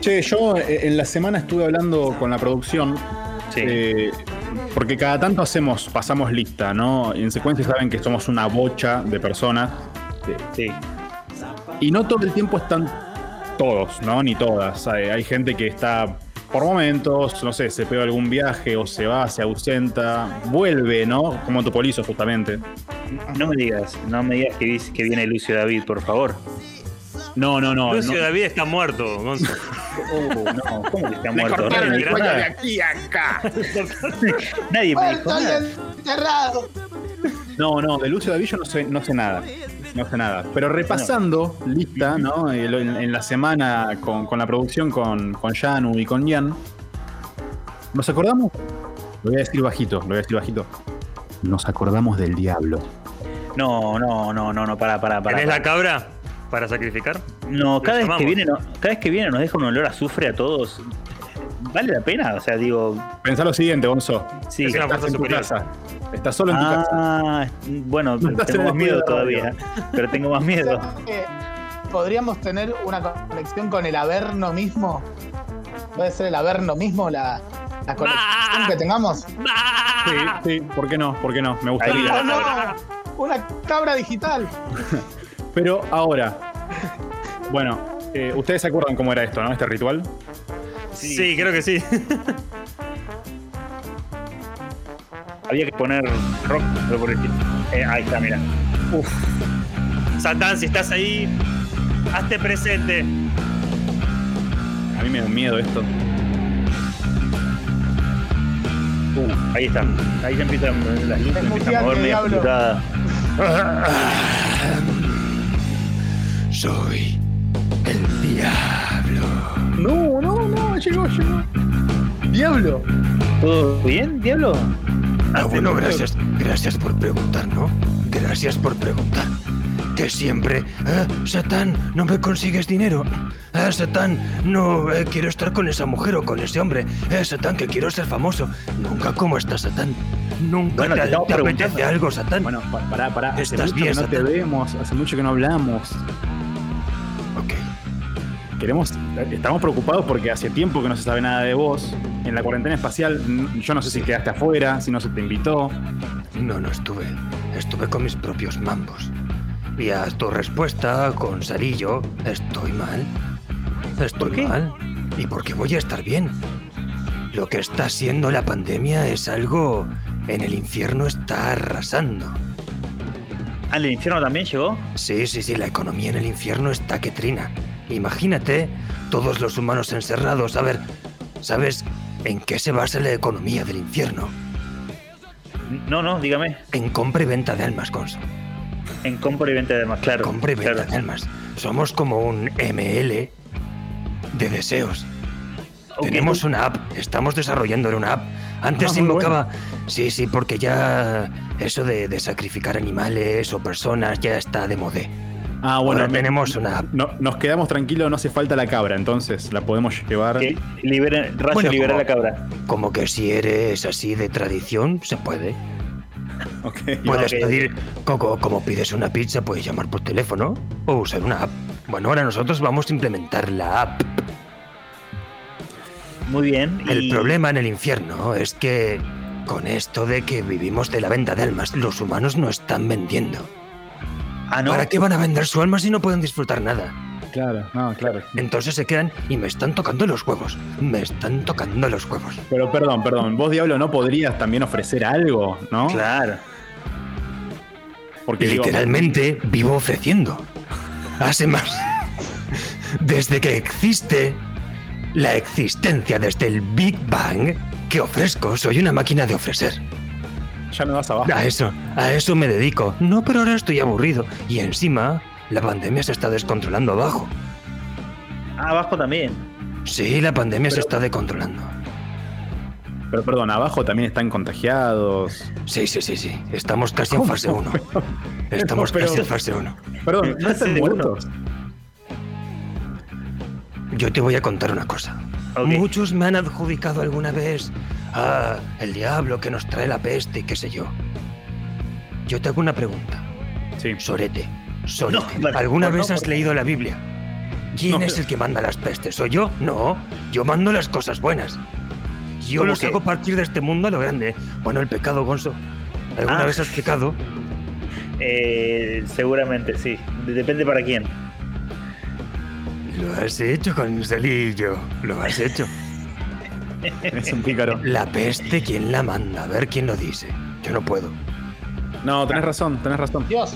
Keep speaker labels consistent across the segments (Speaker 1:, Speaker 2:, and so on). Speaker 1: Che, yo eh, en la semana estuve hablando con la producción.
Speaker 2: Sí.
Speaker 1: eh, porque cada tanto hacemos, pasamos lista, ¿no? En secuencia saben que somos una bocha de personas. eh,
Speaker 2: Sí.
Speaker 1: Y no todo el tiempo están todos, ¿no? Ni todas. Hay, hay gente que está por momentos, no sé, se pega algún viaje o se va, se ausenta, vuelve, ¿no? Como Topolizo, justamente.
Speaker 2: No me digas, no me digas que, dice- que viene Lucio David, por favor.
Speaker 1: No, no, no.
Speaker 3: Lucio
Speaker 1: no,
Speaker 3: David está muerto, Gonzo.
Speaker 2: Oh, no, ¿cómo que está
Speaker 1: Le
Speaker 2: muerto?
Speaker 1: cortaron el
Speaker 2: Nadie me dijo
Speaker 1: cuello
Speaker 2: nada.
Speaker 1: de aquí a acá.
Speaker 2: Nadie me dijo
Speaker 4: Muerto y
Speaker 2: nada.
Speaker 4: enterrado.
Speaker 1: No, no, de Lucio Davillo no sé, no sé nada. No sé nada. Pero repasando lista, ¿no? El- En, en la semana con, con la producción con, con Yanu y con Ian, nos acordamos. Lo voy a decir bajito, lo voy a decir bajito. Nos acordamos del diablo.
Speaker 2: No, no, no, no, no, pará, pará, pará.
Speaker 3: ¿Tenés la
Speaker 2: pará.
Speaker 3: cabra para sacrificar?
Speaker 2: No, cada vez, que
Speaker 3: llamamos.
Speaker 2: viene, no- cada vez que viene nos deja un olor a azufre a todos. ¿Vale la pena? O sea, digo,
Speaker 1: Pensá lo siguiente, Gonzo.
Speaker 2: sí.
Speaker 3: Es una
Speaker 1: Estás
Speaker 3: fuerza
Speaker 1: en tu
Speaker 3: superior.
Speaker 1: casa. Estás solo en tu casa.
Speaker 2: Ah, bueno,
Speaker 1: No estás
Speaker 2: tengo
Speaker 1: en el
Speaker 2: más miedo
Speaker 1: estudio de
Speaker 2: todavía.
Speaker 1: radio.
Speaker 2: Pero tengo más miedo.
Speaker 4: Eh, Podríamos tener una conexión con el Averno mismo. Puede ser el Averno mismo la, la conexión
Speaker 3: Ah.
Speaker 4: que tengamos.
Speaker 1: Sí,
Speaker 3: ¡Ah!
Speaker 1: sí, ¿por qué no? ¿Por qué no? Me
Speaker 2: Ahí
Speaker 1: gustaría.
Speaker 4: Ah, no, una cabra digital.
Speaker 1: Pero ahora, bueno, eh, ustedes se acuerdan cómo era esto, ¿no? Este ritual.
Speaker 3: Sí, creo que sí.
Speaker 2: Había que poner rock, pero por el- eh, ahí está, mira.
Speaker 3: Satán, si estás ahí, hazte presente.
Speaker 1: A mí me da un miedo esto.
Speaker 2: Uh, ahí está. Ahí ya empiezan las luces, empiezan a
Speaker 4: Desmuteate,
Speaker 2: mover medio
Speaker 4: diablo.
Speaker 2: oscurada.
Speaker 5: Soy el diablo.
Speaker 1: No, no, no, llegó, llegó.
Speaker 4: Diablo.
Speaker 2: ¿Todo bien, diablo?
Speaker 5: Ah, bueno, gracias. Gracias por preguntar, ¿no? Gracias por preguntar. Que siempre, ah, Satán, no me consigues dinero. Ah, Satán, no eh, quiero estar con esa mujer o con ese hombre. Eh, Satán, que quiero ser famoso. Nunca, ¿cómo estás, Satán? Nunca
Speaker 2: Bueno,
Speaker 5: te,
Speaker 2: te estamos
Speaker 5: te apetece
Speaker 2: preguntando.
Speaker 5: algo, Satán.
Speaker 1: Bueno, pa- pará, pará. Hace
Speaker 5: Estás
Speaker 1: mucho
Speaker 5: bien,
Speaker 1: que no te
Speaker 5: Satán.
Speaker 1: vemos, hace mucho que no hablamos.
Speaker 5: Ok.
Speaker 1: Queremos, estamos preocupados porque hace tiempo que no se sabe nada de vos. En la cuarentena espacial, n- yo no sé si quedaste afuera, si no se te invitó.
Speaker 5: No, no estuve. Estuve con mis propios mambos. Y a tu respuesta con Sarillo, estoy mal. Estoy
Speaker 2: qué?
Speaker 5: mal. Y porque voy a estar bien. Lo que está haciendo la pandemia es algo. En el infierno está arrasando.
Speaker 2: ¿Al Ah, infierno también llegó?
Speaker 5: Sí, sí, sí, la economía en el infierno está que trina. Imagínate todos los humanos encerrados. A ver, ¿sabes en qué se basa la economía del infierno?
Speaker 2: No, no, dígame.
Speaker 5: En compra y venta de almas, Gonzo.
Speaker 2: En compra y venta de más, claro.
Speaker 5: Compre y venta
Speaker 2: claro.
Speaker 5: de almas. Somos como un ML de deseos.
Speaker 2: Ok.
Speaker 5: Tenemos una app, estamos desarrollando una app. Antes
Speaker 1: Ah,
Speaker 5: se
Speaker 1: muy
Speaker 5: invocaba. Sí, sí, porque ya eso de, de sacrificar animales o personas ya está de modé.
Speaker 1: Ah,
Speaker 5: Ahora
Speaker 1: bueno, me-
Speaker 5: tenemos una app.
Speaker 1: no- nos quedamos tranquilos, no hace falta la cabra, entonces la podemos llevar.
Speaker 2: Que liberen, Rayo
Speaker 5: Bueno,
Speaker 2: libera
Speaker 5: como-
Speaker 2: la cabra.
Speaker 5: Como que si eres así de tradición, se puede.
Speaker 1: Ok.
Speaker 5: Puedes
Speaker 2: ok.
Speaker 5: pedir, como, como pides una pizza, puedes llamar por teléfono o usar una app. Bueno, ahora nosotros vamos a implementar la app.
Speaker 2: Muy bien.
Speaker 5: El
Speaker 2: y-
Speaker 5: problema en el infierno es que con esto de que vivimos de la venta de almas, los humanos no están vendiendo.
Speaker 2: Ah, no.
Speaker 5: ¿Para qué van a vender su alma si no pueden disfrutar nada?
Speaker 1: Claro, no, claro.
Speaker 5: Entonces se quedan y me están tocando los huevos. Me están tocando los huevos.
Speaker 1: Pero perdón, perdón, vos Diablo no podrías también ofrecer algo, ¿no?
Speaker 2: Claro.
Speaker 1: Porque digo,
Speaker 5: Literalmente vivo ofreciendo. Hace más. Desde que existe la existencia desde el Big Bang, que ofrezco, soy una máquina de ofrecer.
Speaker 1: ya me vas abajo.
Speaker 5: A eso, a eso me dedico. No, pero ahora estoy aburrido. Y encima, la pandemia se está descontrolando abajo.
Speaker 2: Ah, abajo también.
Speaker 5: Sí, la pandemia se está descontrolando.
Speaker 1: Pero perdón, abajo también están contagiados.
Speaker 5: Sí, sí, sí, sí. Estamos casi en
Speaker 1: ¿Cómo?
Speaker 5: fase 1. Estamos
Speaker 1: pero-
Speaker 5: casi en fase 1.
Speaker 1: Perdón, no están
Speaker 2: Sí, bueno.
Speaker 1: muertos.
Speaker 5: Yo te voy a contar una cosa.
Speaker 2: Ok.
Speaker 5: Muchos me han adjudicado alguna vez a el diablo que nos trae la peste y qué sé yo. Yo te hago una pregunta.
Speaker 1: Sí.
Speaker 5: Sorete, sorete.
Speaker 2: No, vale,
Speaker 5: ¿Alguna
Speaker 2: por
Speaker 5: vez
Speaker 2: no,
Speaker 5: has
Speaker 2: por-
Speaker 5: leído la Biblia?
Speaker 1: No.
Speaker 5: ¿Quién es el que manda las pestes? ¿Soy yo? No, yo mando las cosas buenas. Yo
Speaker 1: ¿Cómo
Speaker 5: los
Speaker 1: que?
Speaker 5: hago partir de este mundo a lo grande. Bueno, el pecado, Gonzo. ¿Alguna
Speaker 2: Ah.
Speaker 5: vez has pecado?
Speaker 2: Eh, seguramente, sí. De- Depende para quién.
Speaker 5: Lo has hecho, Gonzalillo. Lo has hecho.
Speaker 1: Es un pícaro.
Speaker 5: La peste, ¿quién la manda? A ver quién lo dice. Yo no puedo.
Speaker 1: No, tenés razón, tenés razón.
Speaker 4: Dios.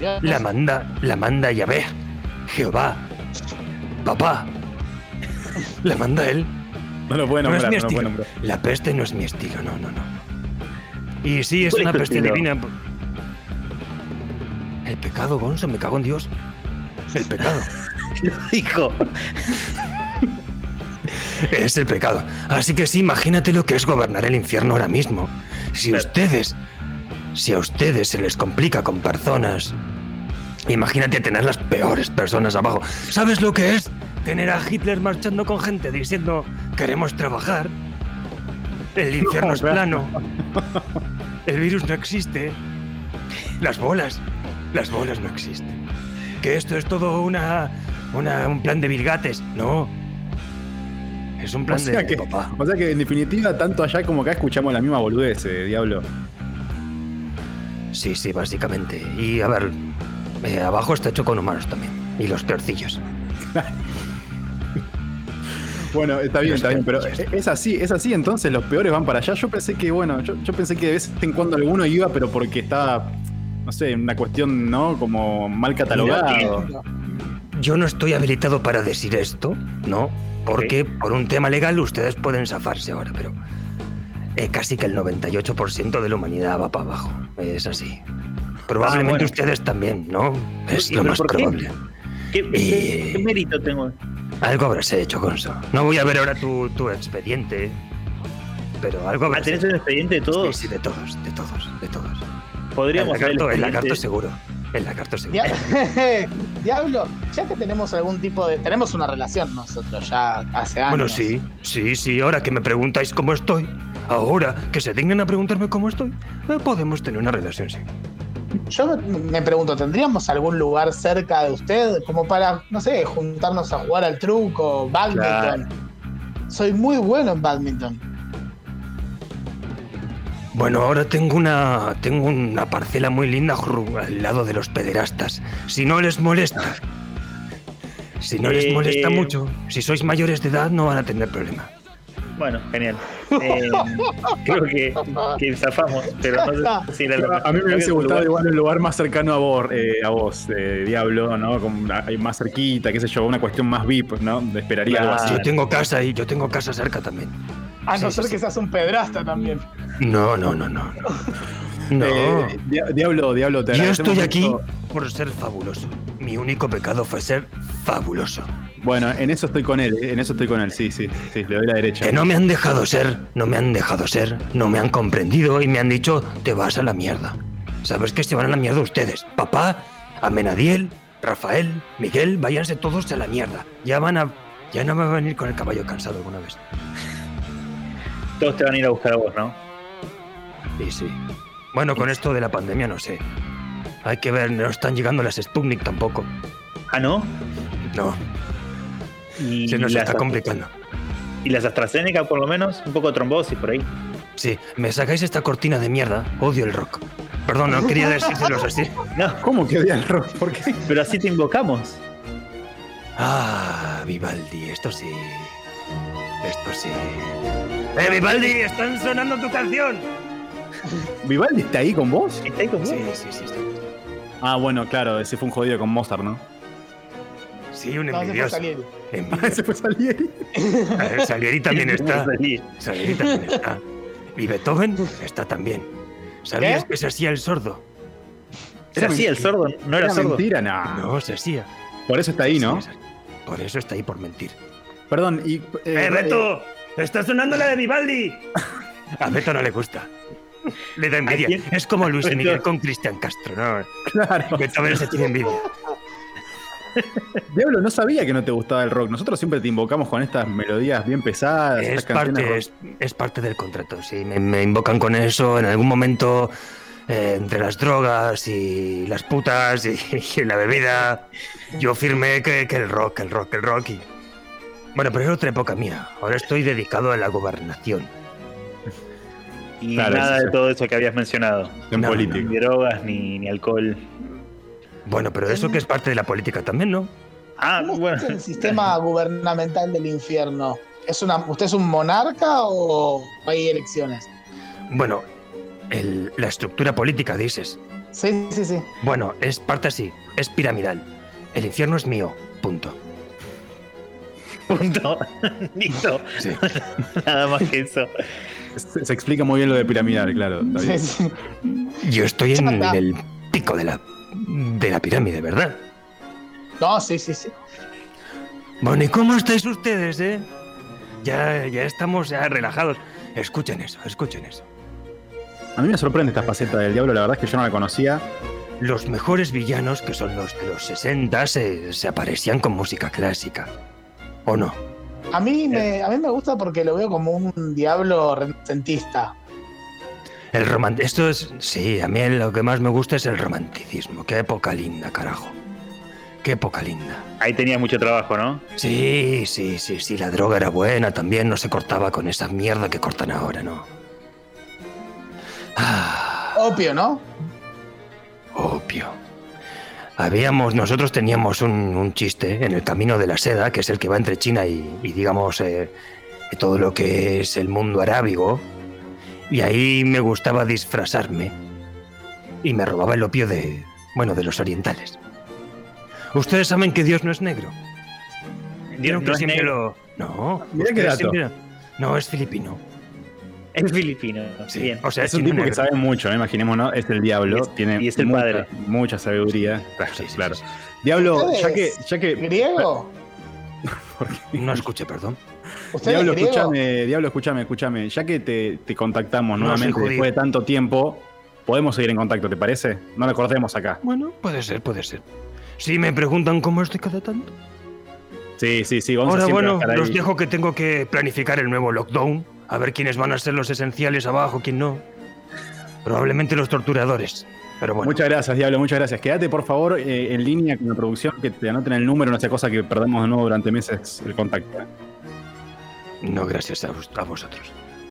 Speaker 4: Dios.
Speaker 5: La manda, la manda Yahvé, Jehová, papá. La manda él.
Speaker 1: No lo puede
Speaker 5: No, es
Speaker 1: nombrar, no
Speaker 5: mi
Speaker 1: lo puede
Speaker 5: estilo.
Speaker 1: nombrar.
Speaker 5: La peste no es mi estilo, no, no, no. Y sí, es
Speaker 2: ¿Cuál es
Speaker 5: una
Speaker 2: tu
Speaker 5: peste
Speaker 2: estilo?
Speaker 5: divina. El pecado, Gonzo, me cago en Dios. El pecado.
Speaker 2: Hijo.
Speaker 5: Es el pecado. Así que sí, imagínate lo que es gobernar el infierno ahora mismo. Si
Speaker 2: Claro.
Speaker 5: ustedes, si a ustedes se les complica con personas, imagínate tener las peores personas abajo. ¿Sabes lo que es? Tener a Hitler marchando con gente diciendo queremos trabajar. El infierno es plano. El virus no existe. Las bolas. Las bolas no existen. Que esto es todo una, una- un plan de virgates. No. Es un plan
Speaker 1: O sea,
Speaker 5: de
Speaker 1: que,
Speaker 5: papá.
Speaker 1: o sea que, en definitiva, tanto allá como acá escuchamos la misma boludez, eh, diablo.
Speaker 5: Sí, sí, básicamente. Y a ver, eh, abajo está hecho con humanos también. Y los torcillos.
Speaker 1: Bueno, está bien, está bien, pero e, es así, es así, entonces los peores van para allá. Yo pensé que, bueno, yo, yo pensé que de vez en cuando alguno iba, pero porque estaba, no sé, una cuestión, ¿no? Como mal catalogado.
Speaker 5: Yo no estoy habilitado para decir esto, ¿no? Porque por un tema legal ustedes pueden zafarse ahora, pero eh, casi que el 98% de la humanidad va para abajo. Es así.
Speaker 2: Ah,
Speaker 5: Probablemente
Speaker 2: bueno.
Speaker 5: ustedes también, ¿no? Es
Speaker 2: ¿Y
Speaker 5: lo
Speaker 2: pero
Speaker 5: más
Speaker 2: por qué?
Speaker 5: probable.
Speaker 2: ¿Qué, qué-
Speaker 5: Eh,
Speaker 2: qué mérito tengo?
Speaker 5: Algo habrás hecho, Gonzo. No voy a ver ahora tu, tu expediente, pero algo
Speaker 2: ¿A
Speaker 5: habrás
Speaker 2: tenés
Speaker 5: hecho.
Speaker 2: un expediente Ah, de todos?
Speaker 5: Sí, sí, de todos, de todos, de todos. El
Speaker 2: Podríamos
Speaker 5: lagarto, el lagarto
Speaker 2: expediente.
Speaker 5: seguro. El lagarto seguro.
Speaker 4: Dia- Diablo, ya que tenemos algún tipo de. Tenemos una relación nosotros ya hace años.
Speaker 5: Bueno, sí, sí, sí. Ahora que me preguntáis cómo estoy, ahora que se dignan a preguntarme cómo estoy, eh, podemos tener una relación, sí.
Speaker 4: Yo me- me pregunto, ¿tendríamos algún lugar cerca de usted como para, no sé, juntarnos a jugar al truco, badminton? Soy muy bueno en badminton.
Speaker 5: Bueno, ahora tengo una, tengo una parcela muy linda jru- al lado de los pederastas. Si no les molesta, si no les
Speaker 2: Eh,
Speaker 5: molesta
Speaker 2: eh.
Speaker 5: mucho, si sois mayores de edad no van a tener problema.
Speaker 2: Bueno, genial. Eh, creo que, que zafamos, pero no sé si era lo
Speaker 1: A, a mí me
Speaker 2: creo que
Speaker 1: hubiese
Speaker 2: es un
Speaker 1: gustado
Speaker 2: lugar-
Speaker 1: igual un lugar más cercano a vos, eh, a vos, eh, Diablo, ¿no? Como una- más cerquita, qué sé yo, una cuestión más VIP, ¿no? Esperaría algo así.
Speaker 5: Yo tengo casa ahí, yo tengo casa cerca también.
Speaker 4: A
Speaker 5: Sí,
Speaker 4: no
Speaker 5: sí,
Speaker 4: ser
Speaker 5: sí.
Speaker 4: que seas un pedrasta también.
Speaker 5: No, no, no, no. no. No.
Speaker 1: Eh, Dia- Diablo, Diablo, te
Speaker 5: Yo
Speaker 1: agradecemos
Speaker 5: estoy aquí
Speaker 1: mucho.
Speaker 5: por ser fabuloso. Mi único pecado fue ser fabuloso.
Speaker 1: Bueno, en eso estoy con él, eh, en eso estoy con él, sí, sí, sí, le doy la derecha.
Speaker 5: Que no me han dejado ser, no me han dejado ser, no me han comprendido y me han dicho, te vas a la mierda. ¿Sabes que se van a la mierda ustedes? Papá, Amenadiel, Rafael, Miguel, váyanse todos a la mierda. Ya van a... Ya no me van a venir con el caballo cansado alguna vez.
Speaker 2: Todos te van a ir a buscar a vos, ¿no?
Speaker 5: Y sí. Bueno, con esto de la pandemia no sé. Hay que ver, no están llegando las Sputnik tampoco.
Speaker 2: Ah, ¿no?
Speaker 5: No,
Speaker 2: Y,
Speaker 5: se nos
Speaker 2: las,
Speaker 5: está complicando.
Speaker 2: y las AstraZeneca, por lo menos, un poco de trombosis por ahí.
Speaker 5: Sí, me sacáis esta cortina de mierda. Odio el rock. Perdón, no quería decírselos así.
Speaker 2: No,
Speaker 1: ¿Cómo que Diablo? ¿Por qué?
Speaker 2: pero así te invocamos.
Speaker 5: Ah, Vivaldi, esto sí. Esto sí. ¡Eh, Vivaldi! ¡Están sonando tu canción!
Speaker 1: ¿Vivaldi está ahí con vos?
Speaker 2: ¿Está ahí conmigo?
Speaker 5: Sí, sí, sí. Sí,
Speaker 1: Ah, bueno, claro, ese fue un jodido con Mozart, ¿no?
Speaker 5: sí un
Speaker 4: No, se fue
Speaker 5: envidioso.
Speaker 4: salir.
Speaker 5: Envidioso.
Speaker 1: ese fue Salieri.
Speaker 5: Eh, Salieri también está.
Speaker 2: Sí.
Speaker 5: Salieri también está. Y Beethoven está también. ¿Sabías
Speaker 4: ¿Qué?
Speaker 5: que se hacía el sordo?
Speaker 2: Era así, el sordo, no era sordo.
Speaker 1: mentira, no.
Speaker 5: No, se hacía.
Speaker 1: Por eso está ahí, ¿no?
Speaker 5: Sí, se- Por eso está ahí por mentir.
Speaker 1: Perdón, y.
Speaker 5: ¡Eh,
Speaker 1: eh,
Speaker 5: Beto! ¡Está sonando la de Vivaldi! A Beto no le gusta. Le da envidia.
Speaker 2: ¿A quién?
Speaker 5: Es como Luis
Speaker 2: Beto.
Speaker 5: Miguel con Cristian Castro, ¿no?
Speaker 1: Claro.
Speaker 5: Beto a ver se tiene envidia.
Speaker 1: Diablo, no sabía que no te gustaba el rock. Nosotros siempre te invocamos con estas melodías bien pesadas,
Speaker 5: Es
Speaker 1: estas canciones
Speaker 5: parte,
Speaker 1: rock.
Speaker 5: es, es parte del contrato. Si me, me invocan con eso, en algún momento eh, entre las drogas y las putas y, y la bebida, yo firmé que, que el rock, el rock, el rock. y- Bueno, pero era otra época mía. Ahora estoy dedicado a la gobernación.
Speaker 2: Y
Speaker 1: Claro,
Speaker 2: nada
Speaker 1: sí,
Speaker 2: de
Speaker 1: sí.
Speaker 2: todo eso que habías mencionado.
Speaker 1: En
Speaker 5: No,
Speaker 1: político.
Speaker 2: Ni drogas, ni, ni alcohol.
Speaker 5: Bueno, pero eso que es parte de la política también, ¿no?
Speaker 2: Ah,
Speaker 4: ¿Cómo
Speaker 2: bueno.
Speaker 4: es el sistema gubernamental del infierno? ¿Es una, ¿Usted es un monarca o hay elecciones?
Speaker 5: Bueno, el- la estructura política, dices.
Speaker 4: Sí, sí, sí.
Speaker 5: Bueno, es parte así, es piramidal. El infierno es mío, punto.
Speaker 2: Punto. Listo.
Speaker 5: Sí.
Speaker 2: Nada más que eso.
Speaker 1: Se, se explica muy bien lo de piramidal, claro. está
Speaker 4: sí,
Speaker 1: bien.
Speaker 4: sí.
Speaker 5: Yo estoy en
Speaker 4: Chata.
Speaker 5: el pico de la, de la pirámide, ¿verdad?
Speaker 4: No, sí, sí, sí.
Speaker 5: Bueno, ¿y cómo estáis ustedes, eh? Ya, ya estamos ya relajados. Escuchen eso, escuchen eso.
Speaker 1: A mí me sorprende esta faceta del diablo, la verdad es que yo no la conocía.
Speaker 5: Los mejores villanos, que son los de los 60, se, se aparecían con música clásica. ¿O no?
Speaker 4: A mí, me, a mí me gusta porque lo veo como un diablo renacentista.
Speaker 5: El roman- Esto es. Sí, a mí lo que más me gusta es el romanticismo. Qué época linda, carajo. Qué época linda.
Speaker 2: Ahí tenías mucho trabajo, ¿no?
Speaker 5: Sí, sí, sí, sí, la droga era buena también, no se cortaba con esa mierda que cortan ahora, ¿no? Ah,
Speaker 4: Opio, ¿no?
Speaker 5: opio. Habíamos, nosotros teníamos un, un chiste en el camino de la seda, que es el que va entre China y, y, digamos, eh, todo lo que es el mundo arábigo, y ahí me gustaba disfrazarme y me robaba el opio de, bueno, de los orientales. Ustedes saben que Dios no es negro. Vieron que
Speaker 2: No es
Speaker 5: siempre
Speaker 2: negro,
Speaker 5: lo- No.
Speaker 1: Mira qué
Speaker 5: ustedes
Speaker 1: dato.
Speaker 5: siempre- No, es filipino.
Speaker 2: Es filipino. Bien.
Speaker 5: O sea,
Speaker 1: Es un
Speaker 5: chino
Speaker 1: tipo que
Speaker 5: negro.
Speaker 1: sabe mucho, ¿eh? imaginémonos, es el diablo,
Speaker 2: Y es-
Speaker 1: tiene
Speaker 2: y es el
Speaker 1: mucha,
Speaker 2: padre.
Speaker 1: mucha sabiduría. Claro,
Speaker 5: Sí, sí, sí,
Speaker 1: claro.
Speaker 5: sí.
Speaker 1: Diablo,
Speaker 4: ¿Ustedes?
Speaker 1: ya que, ya que
Speaker 4: ¿Griego?
Speaker 5: No escuché, perdón.
Speaker 4: ¿Usted
Speaker 1: Diablo,
Speaker 4: es griego?
Speaker 1: escúchame, Diablo, escúchame, escúchame. Ya que te, te contactamos
Speaker 5: No,
Speaker 1: nuevamente
Speaker 5: soy judío.
Speaker 1: después de tanto tiempo, podemos seguir en contacto, ¿te parece? No la cortemos acá.
Speaker 5: Bueno, puede ser, puede ser. Si me preguntan cómo estoy cada tanto.
Speaker 1: Sí, sí, sí, Gonza
Speaker 5: Ahora,
Speaker 1: siempre va a
Speaker 5: bueno,
Speaker 1: estar ahí.
Speaker 5: los dejo que tengo que planificar el nuevo lockdown. A ver quiénes van a ser los esenciales abajo, quién no. Probablemente los torturadores. Pero bueno,
Speaker 1: Muchas gracias, Diablo, muchas gracias. Quédate, por favor, eh, en línea con la producción, que te anoten el número, no sea cosa que perdamos de nuevo durante meses el contacto.
Speaker 5: no gracias a, vos- a vosotros.